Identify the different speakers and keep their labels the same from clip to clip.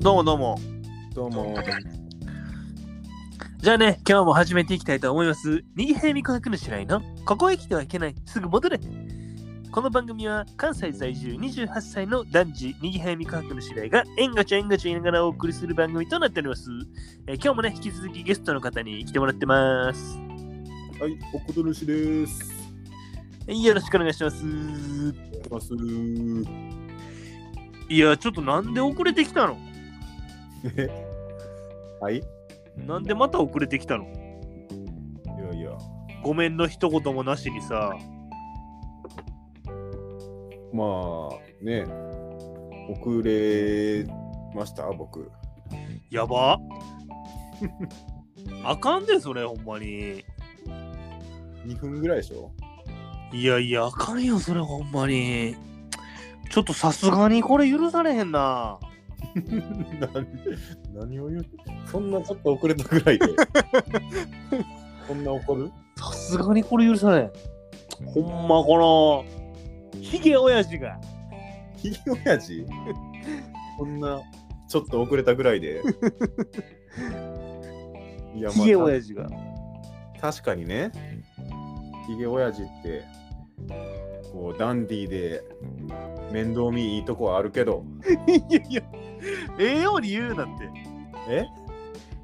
Speaker 1: どうもどうも。
Speaker 2: どうも。
Speaker 1: じゃあね、今日も始めていきたいと思います。右平美琥珀の白井の、ここへ来てはいけない、すぐ戻れ。この番組は関西在住28歳の男児、右平美琥珀の白井が、えんがちょえんがちょ言いながらお送りする番組となっております。えー今日もね、引き続きゲストの方に来てもらってます。
Speaker 2: はい、おことぬしです。
Speaker 1: よろしくお願いします。
Speaker 2: お願いします。
Speaker 1: いや、ちょっとなんで遅れてきたの
Speaker 2: はい。い
Speaker 1: なんでまた遅れてきたの
Speaker 2: やいや。
Speaker 1: ごめんの一言もなしにさ。
Speaker 2: まあ、ね。遅れました、僕。
Speaker 1: やばあかんでそれほんまに
Speaker 2: 2分ぐらいでしょ
Speaker 1: いやいやあかんよそれほんまにちょっとさすがにこれ許されへんな
Speaker 2: 何何を言うそんなちょっと遅れたぐらいで。 こんな怒る
Speaker 1: さすがにこれ許されへんほんまこのヒゲ親父が
Speaker 2: ひげおやじこんなちょっと遅れたぐらいで。いや、
Speaker 1: ヒゲ親父が
Speaker 2: 確かにね、ヒゲ親父って、こう、ダンディーで、面倒見いいとこはあるけど、
Speaker 1: いやいやええように言うなって
Speaker 2: え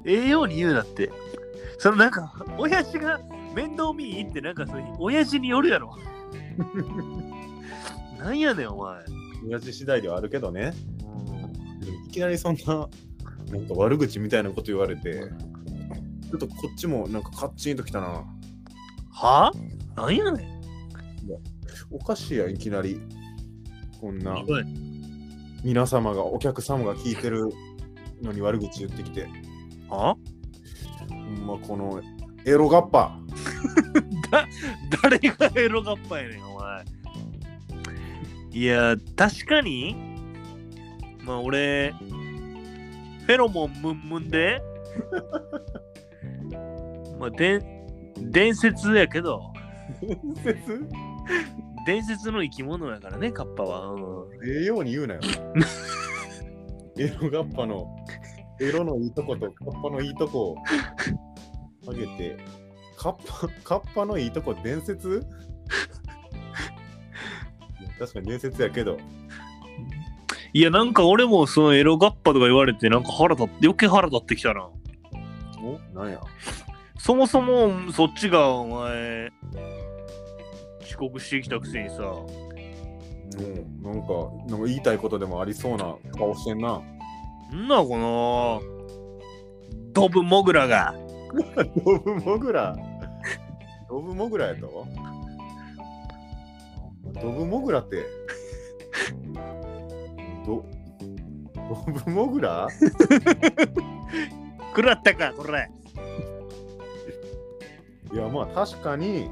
Speaker 1: ええように言うなってそのなんか親父が面倒見いいってなんかそれ親父によるやろなんやねんお前
Speaker 2: 親父次第ではあるけどね、いきなりそんな、なんか悪口みたいなこと言われて、ちょっとこっちもなんかカッチンときたな。
Speaker 1: はあなんやねん
Speaker 2: おかしいやん、いきなり。こんな
Speaker 1: や、ばい
Speaker 2: 皆様が、お客様が聞いてるのに悪口言ってきて、
Speaker 1: あ
Speaker 2: ほんまこの、エロガッパ
Speaker 1: 誰がエロガッパやねん、お前。いや、確かに、まあ俺、フェロモンムンムンで、 まあでん伝説やけど、伝説の生き物やからね、カッパは。うん
Speaker 2: ええように言うなよ。エロガッパのエロのいいとことカッパのいいとこをあげて、カッパカッパのいいとこ伝説確かに伝説やけど、
Speaker 1: いや、なんか俺もそのエロガッパとか言われて、なんか腹立って、余計腹立ってきたな。
Speaker 2: おなんや
Speaker 1: そもそもそっちがお前、遅刻してきたくせにさ、
Speaker 2: うんなんか、なんか言いたいことでもありそうな顔してんな。
Speaker 1: なんだこのドブモグラが
Speaker 2: ドブモグラ。ドブモグラやとドブモグラって。どドブモグラ
Speaker 1: 食らったかこれ
Speaker 2: いやまあ確かに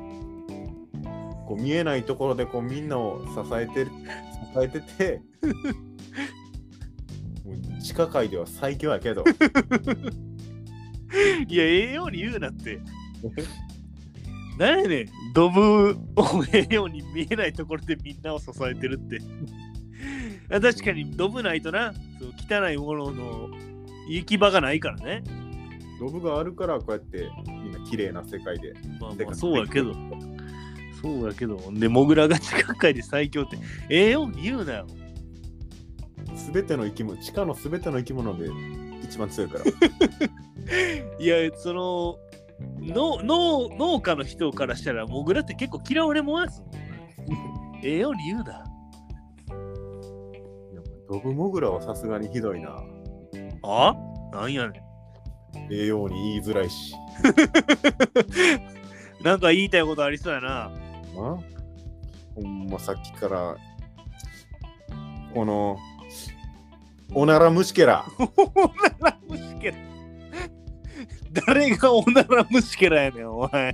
Speaker 2: こう見えないところでこうみんなを支えてる支えててもう地下界では最強やけど
Speaker 1: いやええように言うなって何やねんドブをええように見えないところでみんなを支えてるってあ確かにドブないとなそう汚いものの行き場がないからね
Speaker 2: ロブがあるからこうやってみんな綺麗な世界で
Speaker 1: まあまあそうやけどそうやけどでモグラが地下界で最強ってええように言うなよ
Speaker 2: 全ての生き物地下の全ての生き物で一番強いから
Speaker 1: いや、その、の農農家の人からしたら、モグラって結構嫌われもんやつもん。ええよ、理由だ。
Speaker 2: いやドブモグラはさすがにひどいな
Speaker 1: あなんやね
Speaker 2: 栄養に言いづらいし
Speaker 1: ん。なんか言いたいことありそうやな。
Speaker 2: なほんまさっきからこのおなら虫けら
Speaker 1: おなら虫けら。 誰がおなら虫けらやねん、お前。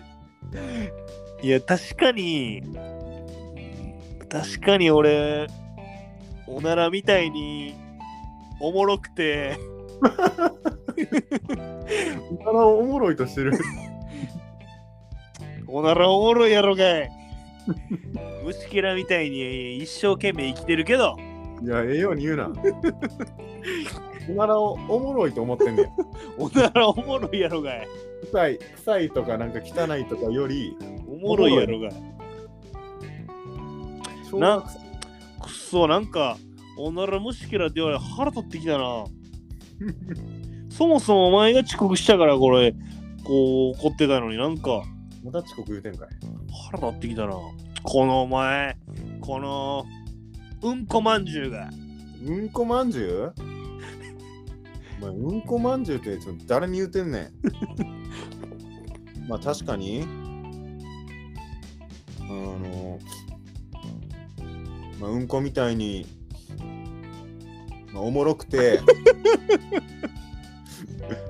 Speaker 1: いや、確かに、確かに俺、おならみたいに、おもろくて、
Speaker 2: おならをおもろいとしてる
Speaker 1: おならおもろいやろがい虫けらみたいに一生懸命生きてるけど
Speaker 2: いや、ええように言うな。おならをおもろいと思ってんねん。
Speaker 1: おならおもろいやろがい。
Speaker 2: 臭い、臭いとかなんか汚いとかより、
Speaker 1: おもろいやろがい。
Speaker 2: 小
Speaker 1: な
Speaker 2: 学
Speaker 1: く
Speaker 2: 生
Speaker 1: っそ、なんか、おなら無視キラって言われ腹立ってきたな。そもそもお前が遅刻したからこれ、こう怒ってたのになんか
Speaker 2: また遅刻言うてんかい。
Speaker 1: 腹立ってきたな。このお前、この、うんこまんじゅうが。
Speaker 2: うんこまんじゅうお前、うんこまんじゅうってちょっと誰に言うてん ねん。まあ確かに、あの、まあ、うんこみたいに、まあ、おもろく て、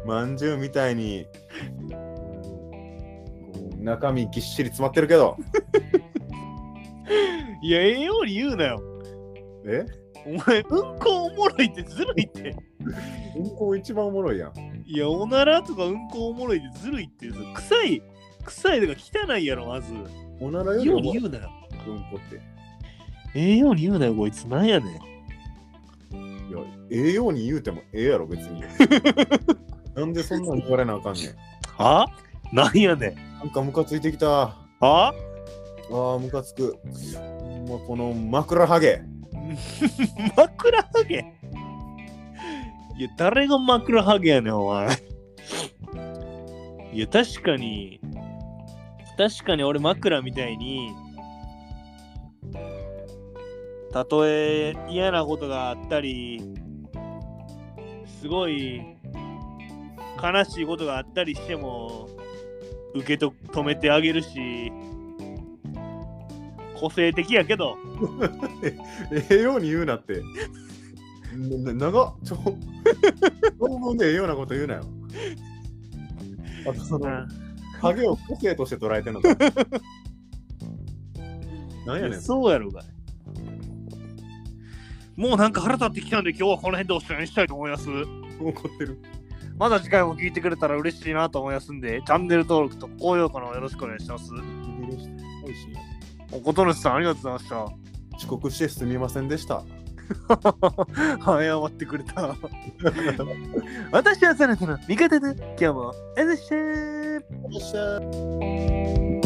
Speaker 2: まんじゅうみたいに、こう中身ぎっしり詰まってるけど、
Speaker 1: いや、ええように言うなよ。
Speaker 2: え
Speaker 1: お前、うんこおもろいってずるいって。
Speaker 2: うんこ一番おもろいやん。
Speaker 1: いや、おならとかうんこおもろいってずるいって。臭い、臭いとか汚いやろ、まず。
Speaker 2: おなら
Speaker 1: ええ
Speaker 2: より
Speaker 1: よう
Speaker 2: おも
Speaker 1: に
Speaker 2: ろ
Speaker 1: 言
Speaker 2: い
Speaker 1: うなよ。
Speaker 2: うんこって。
Speaker 1: ええように言うなよ、こいつ。なんやねん。
Speaker 2: いや、ええように言うてもええやろ、別に。なんでそんなん言われなあかんねん。
Speaker 1: はなんやねん。
Speaker 2: なんかムカついてきた。あ
Speaker 1: は
Speaker 2: あ、ムカつく。もうこの枕ハゲ。
Speaker 1: 枕ハゲいや、誰が枕ハゲやねん、お前。いや、確かに、確かに俺枕みたいに、たとえ嫌なことがあったり、すごい悲しいことがあったりしても、受けと止めてあげるし、個性的やけど、
Speaker 2: ええように言うなって。な長っ。ちょ、論文でええようなこと言うなよ。あとその、ハゲを個性として捉えてんのか。なんや
Speaker 1: い
Speaker 2: ね
Speaker 1: や
Speaker 2: ん。
Speaker 1: そうやろがいもうなんか腹立ってきたんで今日はこの辺でおしまいにしたいと思います
Speaker 2: 怒ってる。
Speaker 1: まだ次回も聞いてくれたら嬉しいなと思いますんでチャンネル登録と高評価の方よろしくお願いします
Speaker 2: おいしい
Speaker 1: おことぬしさんありがとうござい
Speaker 2: 遅刻してすみませんでした。
Speaker 1: ました謝ってくれ た私はサナタの味方で今日もあざっしゃー
Speaker 2: よっしゃー